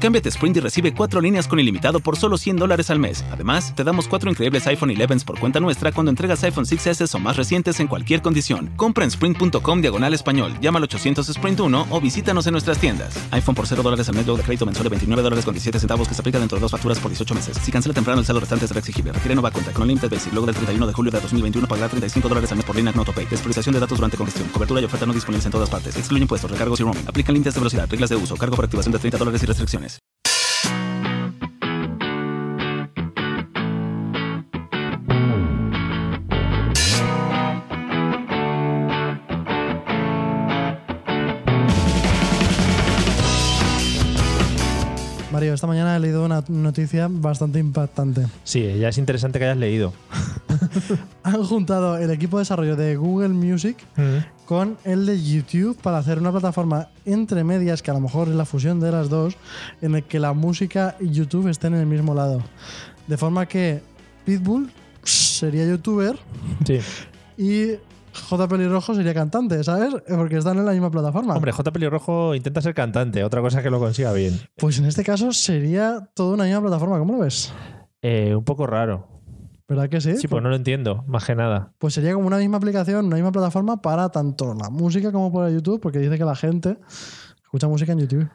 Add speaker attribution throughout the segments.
Speaker 1: Cámbiate a Sprint y recibe cuatro líneas con ilimitado por solo 100 dólares al mes. Además, te damos cuatro increíbles iPhone 11s por cuenta nuestra cuando entregas iPhone 6s o más recientes en cualquier condición. Compra en sprint.com diagonal español, llama al 800 Sprint 1 o visítanos en nuestras tiendas. iPhone por 0 dólares al mes luego de crédito mensual de 29 dólares con 17 centavos que se aplica dentro de dos facturas por 18 meses. Si cancela temprano, el saldo restante será exigible. Requiere nueva cuenta con Limited Basic. Luego del 31 de julio de 2021 pagará 35 dólares al mes por línea AutoPay. Despreciación de datos durante congestión. Cobertura y oferta no disponibles en todas partes. Excluye impuestos, recargos y roaming. Aplican límites de velocidad, reglas de uso, cargo por activación de 30 dólares y restricciones.
Speaker 2: Mario, esta mañana he leído una noticia bastante impactante.
Speaker 3: Sí, ya es interesante que hayas leído.
Speaker 2: Han juntado el equipo de desarrollo de Google Music con el de YouTube para hacer una plataforma entre medias, que a lo mejor es la fusión de las dos, en el que la música y YouTube estén en el mismo lado. De forma que Pitbull sería youtuber
Speaker 3: Sí.
Speaker 2: y J. Pelirrojo sería cantante, ¿sabes? Porque están en la misma plataforma.
Speaker 3: Hombre, J. Pelirrojo intenta ser cantante, otra cosa es que lo consiga bien.
Speaker 2: Pues en este caso sería toda una misma plataforma, ¿cómo lo ves?
Speaker 3: Eh, un poco raro.
Speaker 2: ¿Verdad que sí?
Speaker 3: Sí, pues no lo entiendo, más que nada.
Speaker 2: Pues sería como una misma aplicación, una misma plataforma para tanto la música como para YouTube, porque dice que la gente escucha música en YouTube.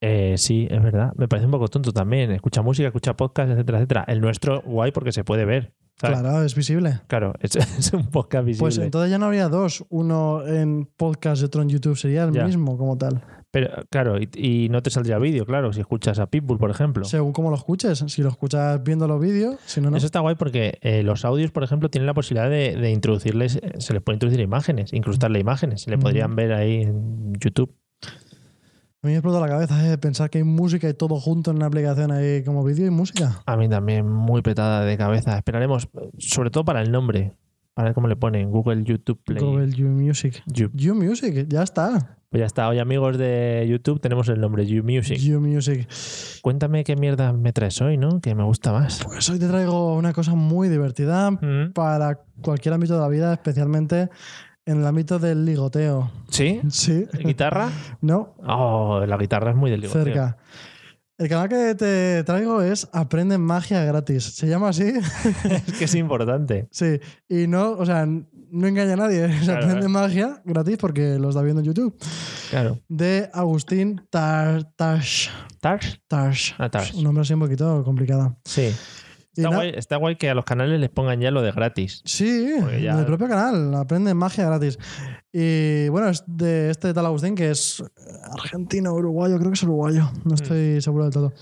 Speaker 3: Eh, sí, es verdad. Me parece un poco tonto también. Escucha música, escucha podcast, etcétera, etcétera. El nuestro, guay, porque se puede ver. ¿sabes?
Speaker 2: Claro, es visible.
Speaker 3: Claro, es, es un podcast visible.
Speaker 2: Pues entonces ya no habría dos, uno en podcast y otro en YouTube, sería el
Speaker 3: Ya.
Speaker 2: mismo como tal.
Speaker 3: Pero, claro, y, y no te saldría vídeo, claro, si escuchas a Pitbull, por ejemplo.
Speaker 2: Según cómo lo escuches, si lo escuchas viendo los vídeos, si no, no.
Speaker 3: Eso está guay porque eh, los audios, por ejemplo, tienen la posibilidad de, de introducirles, eh, se les puede introducir imágenes, incrustarle imágenes, se le
Speaker 2: Mm.
Speaker 3: podrían ver ahí en YouTube.
Speaker 2: A mí me explota la cabeza eh, pensar que hay música y todo junto en una aplicación ahí como vídeo y música.
Speaker 3: A mí también muy petada de cabeza. Esperaremos, sobre todo para el nombre, para ver cómo le ponen Google YouTube Play.
Speaker 2: Google You Music.
Speaker 3: You-
Speaker 2: You Music, ya está.
Speaker 3: Pues ya está, hoy amigos de YouTube tenemos el nombre You Music.
Speaker 2: You Music.
Speaker 3: Cuéntame qué mierda me traes hoy, ¿no? Que me gusta más.
Speaker 2: Pues hoy te traigo una cosa muy divertida,
Speaker 3: Mm.
Speaker 2: para cualquier ámbito de la vida, especialmente en el ámbito del ligoteo.
Speaker 3: ¿Sí?
Speaker 2: Sí,
Speaker 3: ¿Guitarra?
Speaker 2: no,
Speaker 3: Oh, la guitarra es muy del ligoteo.
Speaker 2: cerca. El canal que te traigo es Aprende Magia Gratis. ¿Se llama así?
Speaker 3: Es que es importante.
Speaker 2: Sí. Y no, o sea, no engaña a nadie. Es
Speaker 3: Claro,
Speaker 2: Aprende
Speaker 3: eh.
Speaker 2: Magia Gratis porque lo está viendo en YouTube.
Speaker 3: Claro.
Speaker 2: De Agustín Tartash.
Speaker 3: ¿Tars?
Speaker 2: Tarsh.
Speaker 3: Ah, Tarsh.
Speaker 2: Un nombre así un poquito complicado.
Speaker 3: Sí.
Speaker 2: Y
Speaker 3: Está
Speaker 2: na-
Speaker 3: guay, está guay que a los canales les pongan ya lo de gratis.
Speaker 2: Sí,
Speaker 3: Porque ya-
Speaker 2: del propio canal, aprende magia gratis. Y bueno, es de este tal Agustín que es eh, argentino, uruguayo, creo que es uruguayo,
Speaker 3: Mm.
Speaker 2: no estoy seguro del todo.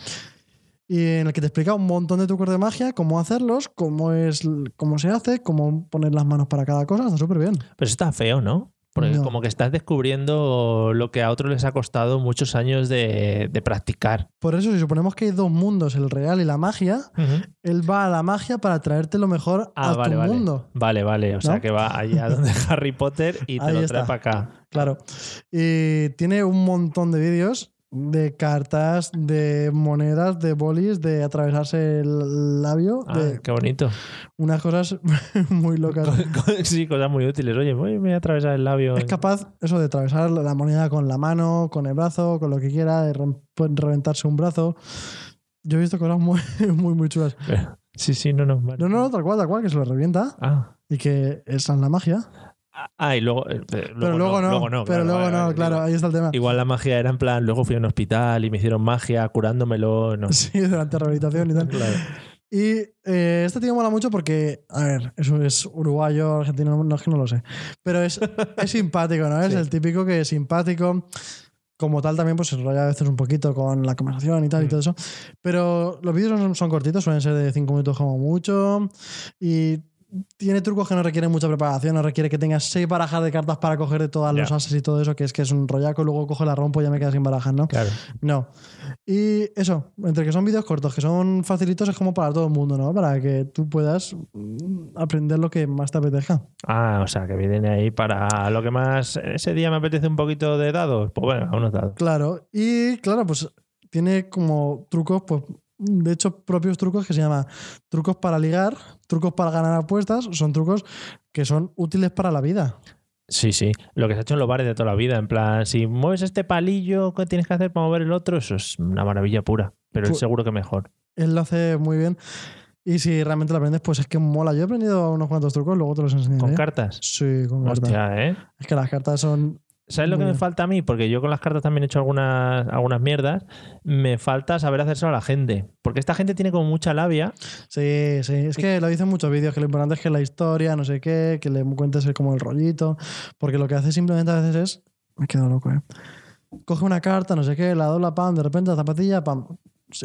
Speaker 2: Y en el que te explica un montón de trucos de magia, cómo hacerlos, cómo es cómo se hace, cómo poner las manos para cada cosa, está súper bien.
Speaker 3: Pero eso está feo, ¿no? Porque
Speaker 2: No.
Speaker 3: como que estás descubriendo lo que a otros les ha costado muchos años de, de practicar.
Speaker 2: Por eso, si suponemos que hay dos mundos, el real y la magia, él va a la magia para traerte lo mejor
Speaker 3: Ah,
Speaker 2: a
Speaker 3: vale,
Speaker 2: tu
Speaker 3: vale.
Speaker 2: mundo.
Speaker 3: Vale, vale. O sea que va allá donde Harry Potter y te
Speaker 2: Ahí
Speaker 3: lo trae
Speaker 2: está.
Speaker 3: para acá.
Speaker 2: Claro. Y tiene un montón de vídeos de cartas, de monedas, de bolis, de atravesarse el labio,
Speaker 3: Ah,
Speaker 2: de
Speaker 3: qué bonito.
Speaker 2: unas cosas muy locas.
Speaker 3: sí, cosas muy útiles. Oye, voy, me voy a atravesar el labio.
Speaker 2: Es capaz eso de atravesar la moneda con la mano, con el brazo, con lo que quiera, de rem- pueden reventarse un brazo. Yo he visto cosas muy, muy, muy chulas.
Speaker 3: Sí, sí, no, no. vale.
Speaker 2: No, no, tal cual, tal cual, que se lo revienta
Speaker 3: Ah.
Speaker 2: y que esa es la magia.
Speaker 3: Ah, y luego. eh, eh,
Speaker 2: pero luego no, pero
Speaker 3: claro,
Speaker 2: luego
Speaker 3: vale,
Speaker 2: no,
Speaker 3: vale,
Speaker 2: claro,
Speaker 3: digo,
Speaker 2: ahí está el tema.
Speaker 3: Igual la magia era en plan, luego fui a un hospital y me hicieron magia curándomelo. No.
Speaker 2: Sí, durante la rehabilitación y tal.
Speaker 3: Claro.
Speaker 2: Y eh, este tío mola mucho porque, a ver, es, es uruguayo, argentino, no es que no lo sé. Pero es, es simpático, ¿no? Es
Speaker 3: Sí.
Speaker 2: el típico que es simpático. Como tal, también pues, se enrolla a veces un poquito con la conversación y tal y
Speaker 3: Mm.
Speaker 2: todo eso. Pero los vídeos son, son cortitos, suelen ser de 5 minutos como mucho. Y tiene trucos que no requieren mucha preparación, no requiere que tengas seis barajas de cartas para coger de todas
Speaker 3: Ya.
Speaker 2: los ases y todo eso, que es que es un rollaco, luego cojo la rompo y ya me queda sin barajas, ¿no?
Speaker 3: claro.
Speaker 2: No. Y eso, entre que son vídeos cortos, que son facilitos, es como para todo el mundo, ¿no? Para que tú puedas mm, aprender lo que más te apetezca.
Speaker 3: Ah, o sea, que vienen ahí para lo que más. Ese día me apetece un poquito de dados. Pues bueno, a unos dados.
Speaker 2: Claro. Y claro, pues tiene como trucos, pues de hecho propios trucos que se llama trucos para ligar, trucos para ganar apuestas, son trucos que son útiles para la vida.
Speaker 3: Sí, sí. Lo que se ha hecho en los bares de toda la vida. En plan, si mueves este palillo, ¿qué tienes que hacer para mover el otro? Eso es una maravilla pura. Pero él
Speaker 2: Pu-
Speaker 3: seguro que mejor.
Speaker 2: Él lo hace muy bien. Y si realmente lo aprendes, pues es que mola. Yo he aprendido unos cuantos trucos, luego te los enseñaré.
Speaker 3: Con cartas.
Speaker 2: Sí, con cartas.
Speaker 3: Hostia, ¿eh?
Speaker 2: Es que las cartas son.
Speaker 3: ¿Sabes lo
Speaker 2: Muy
Speaker 3: que me
Speaker 2: bien.
Speaker 3: falta a mí? Porque yo con las cartas también he hecho algunas, algunas mierdas. Me falta saber hacérselo a la gente. Porque esta gente tiene como mucha labia.
Speaker 2: Sí, sí. Es que lo dicen muchos vídeos, que lo importante es que la historia, no sé qué, que le cuentes el- como el rollito. Porque lo que hace simplemente a veces es. Me quedo loco, eh. Coge una carta, no sé qué, la dobla, pam, de repente la zapatilla, pam.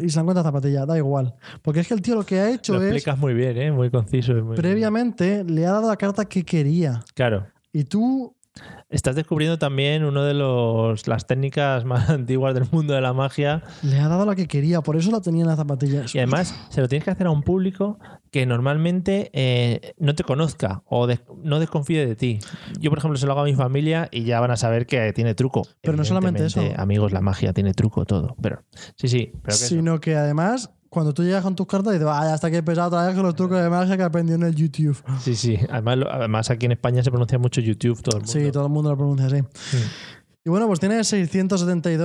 Speaker 2: Y se encuentra zapatilla, da igual. Porque es que el tío lo que ha hecho
Speaker 3: Lo
Speaker 2: es.
Speaker 3: explicas muy bien, ¿eh? Muy conciso. y muy-
Speaker 2: Previamente le ha dado la carta que quería.
Speaker 3: Claro.
Speaker 2: Y tú
Speaker 3: Estás descubriendo también una de los, las técnicas más antiguas del mundo de la magia.
Speaker 2: le ha dado la que quería, por eso la tenía en las zapatillas.
Speaker 3: Y además se lo tienes que hacer a un público que normalmente eh, no te conozca o des- no desconfíe de ti. Yo, por ejemplo, se lo hago a mi familia y ya van a saber que tiene truco.
Speaker 2: Pero no solamente
Speaker 3: Evidentemente,
Speaker 2: eso.
Speaker 3: Amigos, la magia tiene truco, todo. Pero sí, sí. Pero que eso.
Speaker 2: sino que además, cuando tú llegas con tus cartas, dices, vaya, hasta que he pesado otra vez con los trucos de magia que aprendí en el YouTube.
Speaker 3: Sí, sí. Además, lo- además, aquí en España se pronuncia mucho YouTube, todo el mundo.
Speaker 2: Sí, todo el mundo lo pronuncia así. Y bueno, pues tiene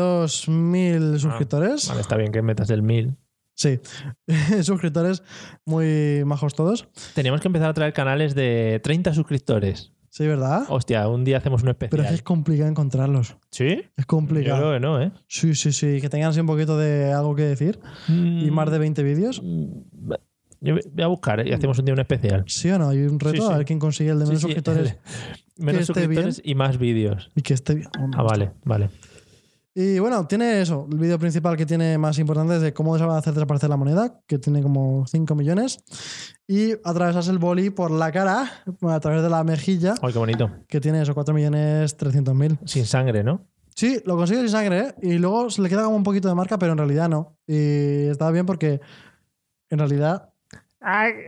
Speaker 2: 672.000 suscriptores.
Speaker 3: Ah, Vale, está bien que metas el mil.
Speaker 2: Sí, suscriptores muy majos todos.
Speaker 3: Teníamos que empezar a traer canales de 30 suscriptores.
Speaker 2: Sí, ¿verdad?
Speaker 3: Hostia, un día hacemos un especial.
Speaker 2: Pero es que es complicado encontrarlos.
Speaker 3: ¿Sí?
Speaker 2: Es
Speaker 3: Yo creo
Speaker 2: complicado.
Speaker 3: que no, ¿eh?
Speaker 2: Sí, sí, sí. Que tengan así un poquito de algo que decir. Y más de 20 vídeos.
Speaker 3: Mm, Yo voy a buscar ¿eh? y hacemos un día un especial.
Speaker 2: ¿Sí o no? Hay un reto
Speaker 3: Sí, sí.
Speaker 2: a ver quién consigue el de menos
Speaker 3: Sí, sí,
Speaker 2: suscriptores.
Speaker 3: Menos
Speaker 2: esté
Speaker 3: suscriptores y más vídeos.
Speaker 2: Y que esté bien. Hombre,
Speaker 3: Ah, vale, vale.
Speaker 2: Y bueno, tiene eso. El vídeo principal que tiene más importante es de cómo se va a hacer desaparecer la moneda, que tiene como 5 millones. Y atravesas el boli por la cara, a través de la mejilla,
Speaker 3: Ay, qué bonito.
Speaker 2: que tiene eso, 4 millones 300 mil.
Speaker 3: Sin sangre, ¿no?
Speaker 2: Sí, lo consigue sin sangre, ¿eh? Y luego se le queda como un poquito de marca, pero en realidad no. Y está bien porque en realidad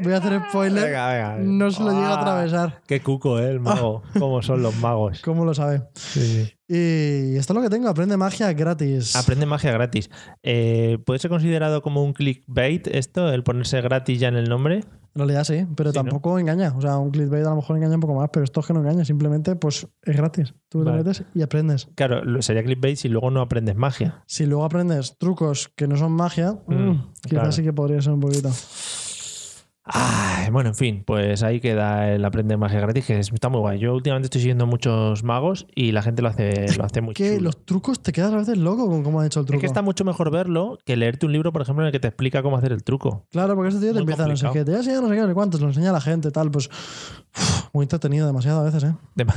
Speaker 2: voy a hacer spoiler.
Speaker 3: Venga, venga.
Speaker 2: No se lo llega a
Speaker 3: Ah,
Speaker 2: atravesar.
Speaker 3: Qué cuco, ¿eh? El mago.
Speaker 2: Ah.
Speaker 3: ¿Cómo son los magos?
Speaker 2: ¿Cómo lo sabe?
Speaker 3: Sí, sí.
Speaker 2: Y esto es lo que tengo, aprende magia gratis.
Speaker 3: Aprende magia gratis. Eh, ¿Puede ser considerado como un clickbait esto, el ponerse gratis ya en el nombre?
Speaker 2: En realidad sí, pero
Speaker 3: Sí, ¿no?
Speaker 2: tampoco engaña. O sea, un clickbait a lo mejor engaña un poco más, pero esto es que no engaña. Simplemente, pues es gratis. Tú
Speaker 3: Vale.
Speaker 2: te metes y aprendes.
Speaker 3: Claro, lo- sería clickbait si luego no aprendes magia.
Speaker 2: Si luego aprendes trucos que no son magia,
Speaker 3: Mm,
Speaker 2: mm, quizás
Speaker 3: claro. Pues
Speaker 2: sí que podría ser un poquito.
Speaker 3: Ay, bueno, en fin, pues ahí queda el aprender magia gratis, que es- está muy guay. Yo últimamente estoy siguiendo muchos magos y la gente lo hace, lo hace muy
Speaker 2: Que
Speaker 3: chulo.
Speaker 2: los trucos te quedas a veces loco con cómo han hecho el truco.
Speaker 3: Es que está mucho mejor verlo que leerte un libro, por ejemplo, en el que te explica cómo hacer el truco.
Speaker 2: Claro, porque este tío te
Speaker 3: muy
Speaker 2: empieza, no sé
Speaker 3: complicado.
Speaker 2: qué, te voy a enseñar no sé qué, no sé cuántos, lo enseña a la gente, tal. Pues uf, muy entretenido demasiado a veces, ¿eh?
Speaker 3: De-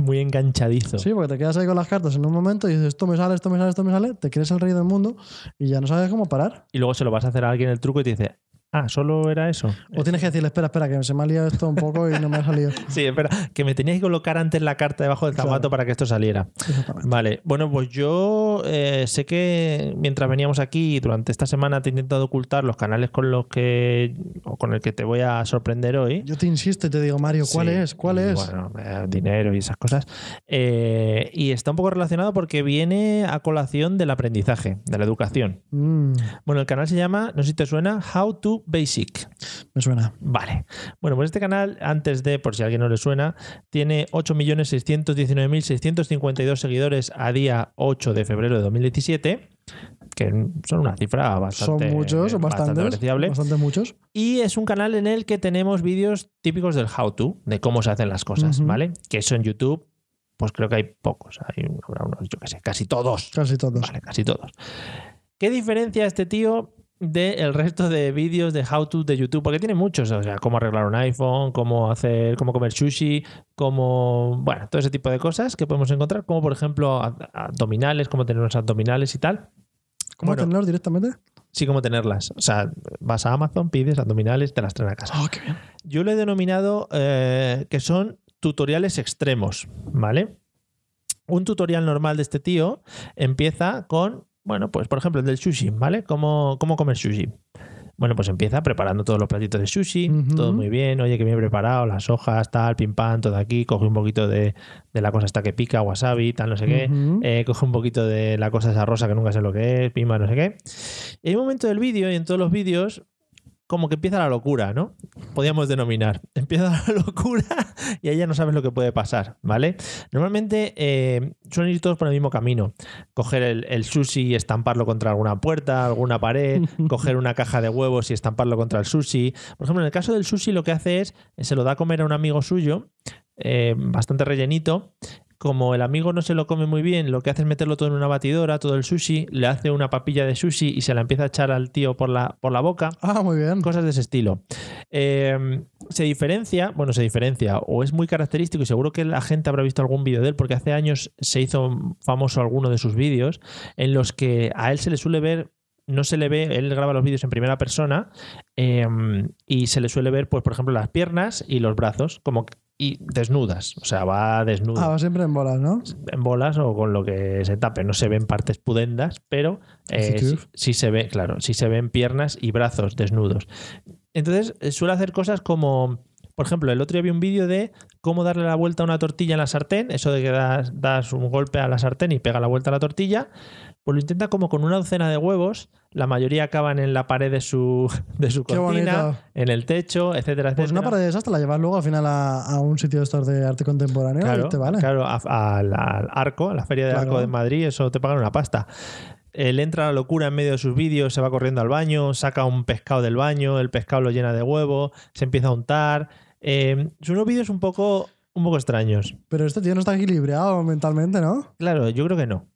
Speaker 3: muy enganchadizo.
Speaker 2: Sí, porque te quedas ahí con las cartas en un momento y dices, esto me sale, esto me sale, esto me sale, te crees el rey del mundo y ya no sabes cómo parar.
Speaker 3: Y luego se lo vas a hacer a alguien el truco y te dice, ah, solo era eso.
Speaker 2: O tienes que decirle, espera, espera, que se me ha liado esto un poco y no me ha salido.
Speaker 3: Sí, espera, que me tenías que colocar antes la carta debajo del
Speaker 2: Claro.
Speaker 3: zapato para que esto saliera.
Speaker 2: Exactamente.
Speaker 3: Vale, bueno, pues yo eh, sé que mientras veníamos aquí durante esta semana te he intentado ocultar los canales con los que o con el que te voy a sorprender hoy.
Speaker 2: Yo te insisto y te digo, Mario, ¿cuál
Speaker 3: Sí,
Speaker 2: es? ¿Cuál
Speaker 3: y
Speaker 2: es?
Speaker 3: Bueno, eh, dinero y esas cosas. Eh, y está un poco relacionado porque viene a colación del aprendizaje, de la educación.
Speaker 2: Mm,
Speaker 3: Bueno, el canal se llama, no sé si te suena, How to Basic.
Speaker 2: me suena.
Speaker 3: Vale. Bueno, pues este canal, antes de, por si a alguien no le suena, tiene 8.619.652 seguidores a día 8 de febrero de 2017, que son una cifra bastante,
Speaker 2: son muchos, son
Speaker 3: bastante
Speaker 2: bastantes.
Speaker 3: apreciable.
Speaker 2: Bastantes muchos.
Speaker 3: Y es un canal en el que tenemos vídeos típicos del how to, de cómo se hacen las cosas,
Speaker 2: Ujú.
Speaker 3: ¿vale? Que eso en YouTube, pues creo que hay pocos, hay habrá unos, yo qué sé, casi todos.
Speaker 2: Casi todos.
Speaker 3: Vale, casi todos. ¿Qué diferencia este tío del resto de vídeos de how to de YouTube? Porque tiene muchos, o sea, cómo arreglar un iPhone, cómo hacer, cómo comer sushi, cómo, bueno, todo ese tipo de cosas que podemos encontrar, como por ejemplo a- abdominales, cómo tener unos abdominales y tal.
Speaker 2: ¿Cómo
Speaker 3: Bueno,
Speaker 2: tenerlos directamente?
Speaker 3: Sí, cómo tenerlas. O sea, vas a Amazon, pides abdominales, te las traen a casa.
Speaker 2: Oh, qué bien.
Speaker 3: Yo lo he denominado eh, que son tutoriales extremos, ¿vale? Un tutorial normal de este tío empieza con, bueno, pues por ejemplo el del sushi, ¿vale? ¿Cómo, cómo comer sushi? Bueno, pues empieza preparando todos los platitos de sushi,
Speaker 2: Ujú.
Speaker 3: todo muy bien, oye, que bien preparado, las hojas, tal, pim pam, todo aquí, coge un poquito de, de la cosa esta que pica, wasabi, tal, no sé qué,
Speaker 2: Ujú.
Speaker 3: eh, coge un poquito de la cosa esa rosa que nunca sé lo que es, pima, no sé qué. Y hay un momento del vídeo y en todos los vídeos como que empieza la locura, ¿no? Podríamos denominar. Empieza la locura y ahí ya no sabes lo que puede pasar, ¿vale? Normalmente eh, suelen ir todos por el mismo camino. Coger el, el sushi y estamparlo contra alguna puerta, alguna pared, coger una caja de huevos y estamparlo contra el sushi. Por ejemplo, en el caso del sushi lo que hace es, eh, se lo da a comer a un amigo suyo, eh, bastante rellenito, como el amigo no se lo come muy bien, lo que hace es meterlo todo en una batidora, todo el sushi, le hace una papilla de sushi y se la empieza a echar al tío por la, por la boca.
Speaker 2: Ah, muy bien.
Speaker 3: Cosas de ese estilo. Eh, se diferencia, bueno, se diferencia, o es muy característico, y seguro que la gente habrá visto algún vídeo de él, porque hace años se hizo famoso alguno de sus vídeos, en los que a él se le suele ver no se le ve, él graba los vídeos en primera persona eh, y se le suele ver, pues, por ejemplo, las piernas y los brazos, como que- y desnudas. O sea, va desnudo.
Speaker 2: Ah, va siempre en bolas, ¿no?
Speaker 3: en bolas o con lo que se tape. No se ven partes pudendas, pero eh,
Speaker 2: Sí,
Speaker 3: sí,
Speaker 2: sí.
Speaker 3: sí se ve, claro, sí se ven piernas y brazos desnudos. Entonces, eh, suele hacer cosas como. Por ejemplo, el otro día vi un vídeo de cómo darle la vuelta a una tortilla en la sartén, eso de que das, das un golpe a la sartén y pega la vuelta a la tortilla, pues lo intenta como con una docena de huevos, la mayoría acaban en la pared de su, de su
Speaker 2: Qué bonito.
Speaker 3: cocina, en el techo, etcétera, etcétera.
Speaker 2: Pues una pared de esas te la llevas luego al final a, a un sitio de estos de arte contemporáneo y te vale.
Speaker 3: Claro, a- al, al arco, a la feria del
Speaker 2: Claro.
Speaker 3: arco de Madrid, eso te pagan una pasta. Él entra a la locura en medio de sus vídeos, se va corriendo al baño, saca un pescado del baño, el pescado lo llena de huevo, se empieza a untar. Eh, son unos vídeos un poco, un poco extraños.
Speaker 2: Pero este tío no está equilibrado mentalmente, ¿no?
Speaker 3: Claro, yo creo que no.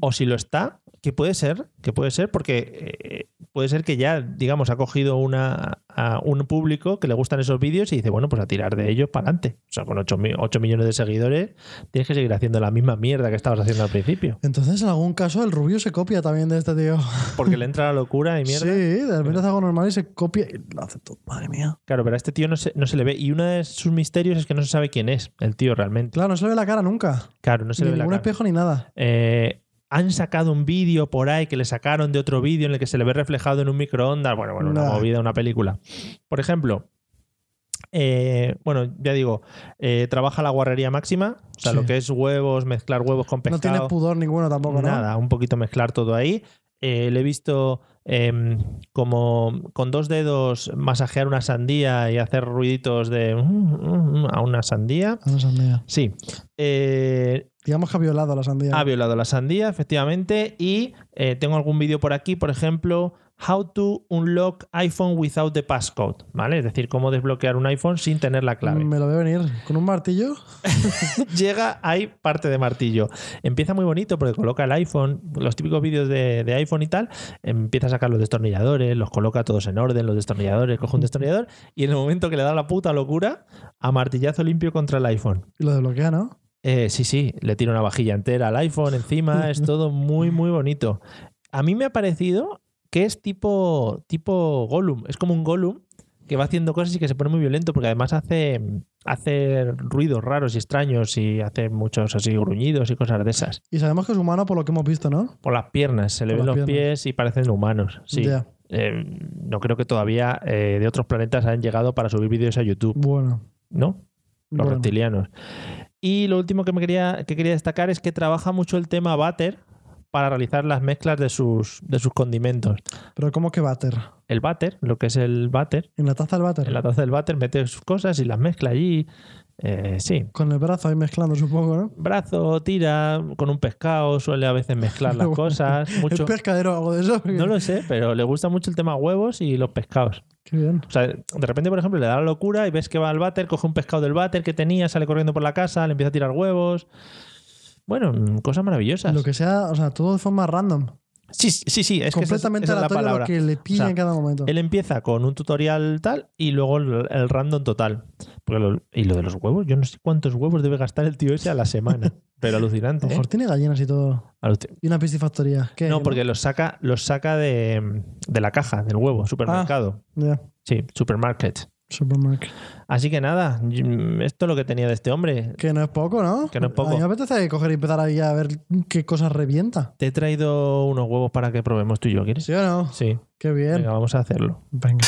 Speaker 3: O si lo está, que puede ser, que puede ser, porque eh, puede ser que ya, digamos, ha cogido una, a un público que le gustan esos vídeos y dice, bueno, pues a tirar de ellos para adelante. O sea, con 8, millones de seguidores, tienes que seguir haciendo la misma mierda que estabas haciendo al principio.
Speaker 2: Entonces, en algún caso, el rubio se copia también de este tío.
Speaker 3: Porque le entra la locura y mierda.
Speaker 2: Sí, de repente hace algo normal y se copia y lo hace todo. Madre mía.
Speaker 3: Claro, pero a este tío no se, no se le ve. Y uno de sus misterios es que no se sabe quién es el tío realmente.
Speaker 2: Claro, no se le ve la cara nunca.
Speaker 3: Claro, no se
Speaker 2: ni
Speaker 3: le ve la
Speaker 2: ningún
Speaker 3: cara.
Speaker 2: espejo ni nada.
Speaker 3: Eh, han sacado un vídeo por ahí que le sacaron de otro vídeo en el que se le ve reflejado en un microondas. Bueno, bueno, una
Speaker 2: Nah.
Speaker 3: movida, una película. Por ejemplo, eh, bueno, ya digo, eh, trabaja la guarrería máxima, o sea,
Speaker 2: Sí.
Speaker 3: lo que es huevos, mezclar huevos con
Speaker 2: No tiene
Speaker 3: pescado.
Speaker 2: pudor ninguno tampoco, ¿no?
Speaker 3: nada, un poquito mezclar todo ahí. Eh, le he visto em, como con dos dedos masajear una sandía y hacer ruiditos de mm, mm, mm, a una sandía.
Speaker 2: A la sandía.
Speaker 3: Sí. Eh,
Speaker 2: Digamos que ha violado a la sandía.
Speaker 3: ha violado la sandía, efectivamente. Y eh, tengo algún vídeo por aquí, por ejemplo, How to unlock iPhone without the passcode, ¿vale? Es decir, cómo desbloquear un iPhone sin tener la clave.
Speaker 2: Me lo veo venir. ¿Con un martillo?
Speaker 3: Llega, hay parte de martillo. Empieza muy bonito porque coloca el iPhone, los típicos vídeos de, de iPhone y tal, empieza a sacar los destornilladores, los coloca todos en orden, los destornilladores, coge un destornillador y en el momento que le da la puta locura, a martillazo limpio contra el iPhone.
Speaker 2: Y lo desbloquea, ¿no?
Speaker 3: Eh, sí, sí, le tiro una vajilla entera al iPhone encima, es todo muy, muy bonito. A mí me ha parecido que es tipo, tipo Gollum, es como un Gollum que va haciendo cosas y que se pone muy violento porque además hace, hace ruidos raros y extraños y hace muchos así gruñidos y cosas de esas.
Speaker 2: Y sabemos que es humano por lo que hemos visto, ¿no?
Speaker 3: Por las piernas, se le
Speaker 2: Por
Speaker 3: ven los
Speaker 2: las piernas.
Speaker 3: pies y parecen humanos. Sí.
Speaker 2: Ya.
Speaker 3: Eh, no creo que todavía eh, de otros planetas hayan llegado para subir vídeos a YouTube,
Speaker 2: Bueno.
Speaker 3: ¿no? los
Speaker 2: bueno.
Speaker 3: reptilianos. Y lo último que me quería, que quería destacar es que trabaja mucho el tema váter para realizar las mezclas de sus, de sus condimentos.
Speaker 2: Pero ¿cómo que váter?
Speaker 3: El váter, lo que es el váter,
Speaker 2: ¿En la taza del váter?
Speaker 3: en la taza del váter mete sus cosas y las mezcla allí. Eh, sí.
Speaker 2: Con el brazo ahí mezclando, supongo, ¿no?
Speaker 3: Brazo, tira, con un pescado, suele a veces mezclar las cosas. Mucho.
Speaker 2: ¿El pescadero o algo de eso?
Speaker 3: No lo sé, pero le gusta mucho el tema huevos y los pescados.
Speaker 2: Qué bien.
Speaker 3: O sea, de repente, por ejemplo, le da la locura y ves que va al váter, coge un pescado del váter que tenía, sale corriendo por la casa, le empieza a tirar huevos. Bueno, mm, cosas maravillosas.
Speaker 2: Lo que sea, o sea, todo de forma random.
Speaker 3: Sí, sí, sí, es que esa es-
Speaker 2: completamente
Speaker 3: esa es, la
Speaker 2: aleatorio
Speaker 3: palabra.
Speaker 2: lo que le pilla
Speaker 3: O sea,
Speaker 2: en cada momento.
Speaker 3: Él empieza con un tutorial tal y luego el, el random total. Porque lo- y lo de los huevos, yo no sé cuántos huevos debe gastar el tío ese a la semana. pero
Speaker 2: A
Speaker 3: alucinante.
Speaker 2: lo
Speaker 3: ¿eh?
Speaker 2: mejor tiene gallinas y todo.
Speaker 3: Alucin-
Speaker 2: Y una piscifactoría. ¿Qué?
Speaker 3: No, porque los saca, los saca de, de la caja, del huevo, supermercado.
Speaker 2: Ya,
Speaker 3: Sí, supermarket.
Speaker 2: supermarket.
Speaker 3: Así que nada, y- esto es lo que tenía de este hombre.
Speaker 2: Que no es poco, ¿no?
Speaker 3: Que no es poco.
Speaker 2: A mí me apetece coger y empezar ahí a ver qué cosas revienta.
Speaker 3: Te he traído unos huevos para que probemos tú y yo, ¿quieres?
Speaker 2: ¿Sí o no?
Speaker 3: Sí.
Speaker 2: Qué bien.
Speaker 3: Venga, vamos a hacerlo.
Speaker 2: Venga.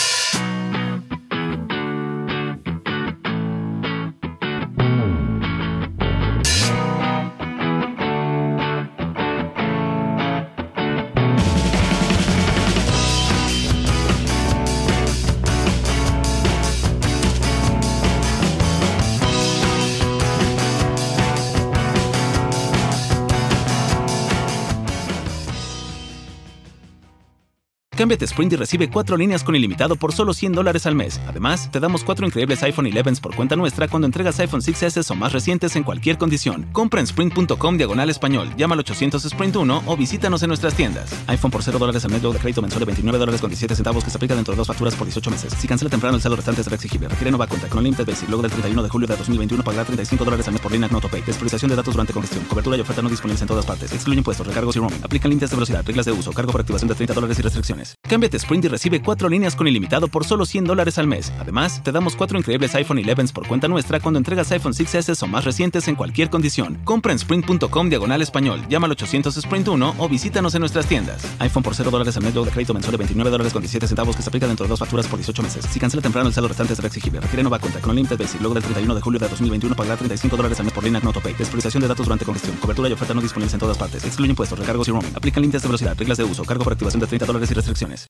Speaker 1: Cámbiate a Sprint y recibe cuatro líneas con ilimitado por solo 100 dólares al mes. Además, te damos cuatro increíbles iPhone 11s por cuenta nuestra cuando entregas iPhone 6s o más recientes en cualquier condición. Compra en sprint.com diagonal español, llama al 800 Sprint 1 o visítanos en nuestras tiendas. iPhone por 0 dólares al mes, luego de crédito mensual de 29 dólares con 17 centavos que se aplica dentro de dos facturas por 18 meses. Si cancela temprano, el saldo restante será exigible. Requiere nueva cuenta con Unlimited Basic. Luego del 31 de julio de 2021 pagará 35 dólares al mes por línea con autopay. Despreciación de datos durante congestión. Cobertura y oferta no disponibles en todas partes. Excluye impuestos, recargos y roaming. Aplican límites de velocidad, reglas de uso, cargo por activación de 30 dólares y restricciones. Cámbiate a Sprint y recibe cuatro líneas con ilimitado por solo 100 dólares al mes. Además, te damos cuatro increíbles iPhone 11s por cuenta nuestra cuando entregas iPhone 6s o más recientes en cualquier condición. Compra en sprint.com diagonal español, llama al 800 Sprint 1 o visítanos en nuestras tiendas. iPhone por 0 dólares al mes, luego de crédito mensual de 29 dólares con 17 centavos que se aplica dentro de dos facturas por 18 meses. Si cancela temprano, el saldo restante será exigible. Requiere nueva cuenta con Unlimited Basic. Luego del 31 de julio de 2021 pagará 35 dólares al mes por línea con autopay. Despreciación de datos durante congestión. Cobertura y oferta no disponibles en todas partes. Excluye impuestos, recargos y roaming. Aplican límites de velocidad, reglas de uso, cargo por activación de 30 dólares y restricciones.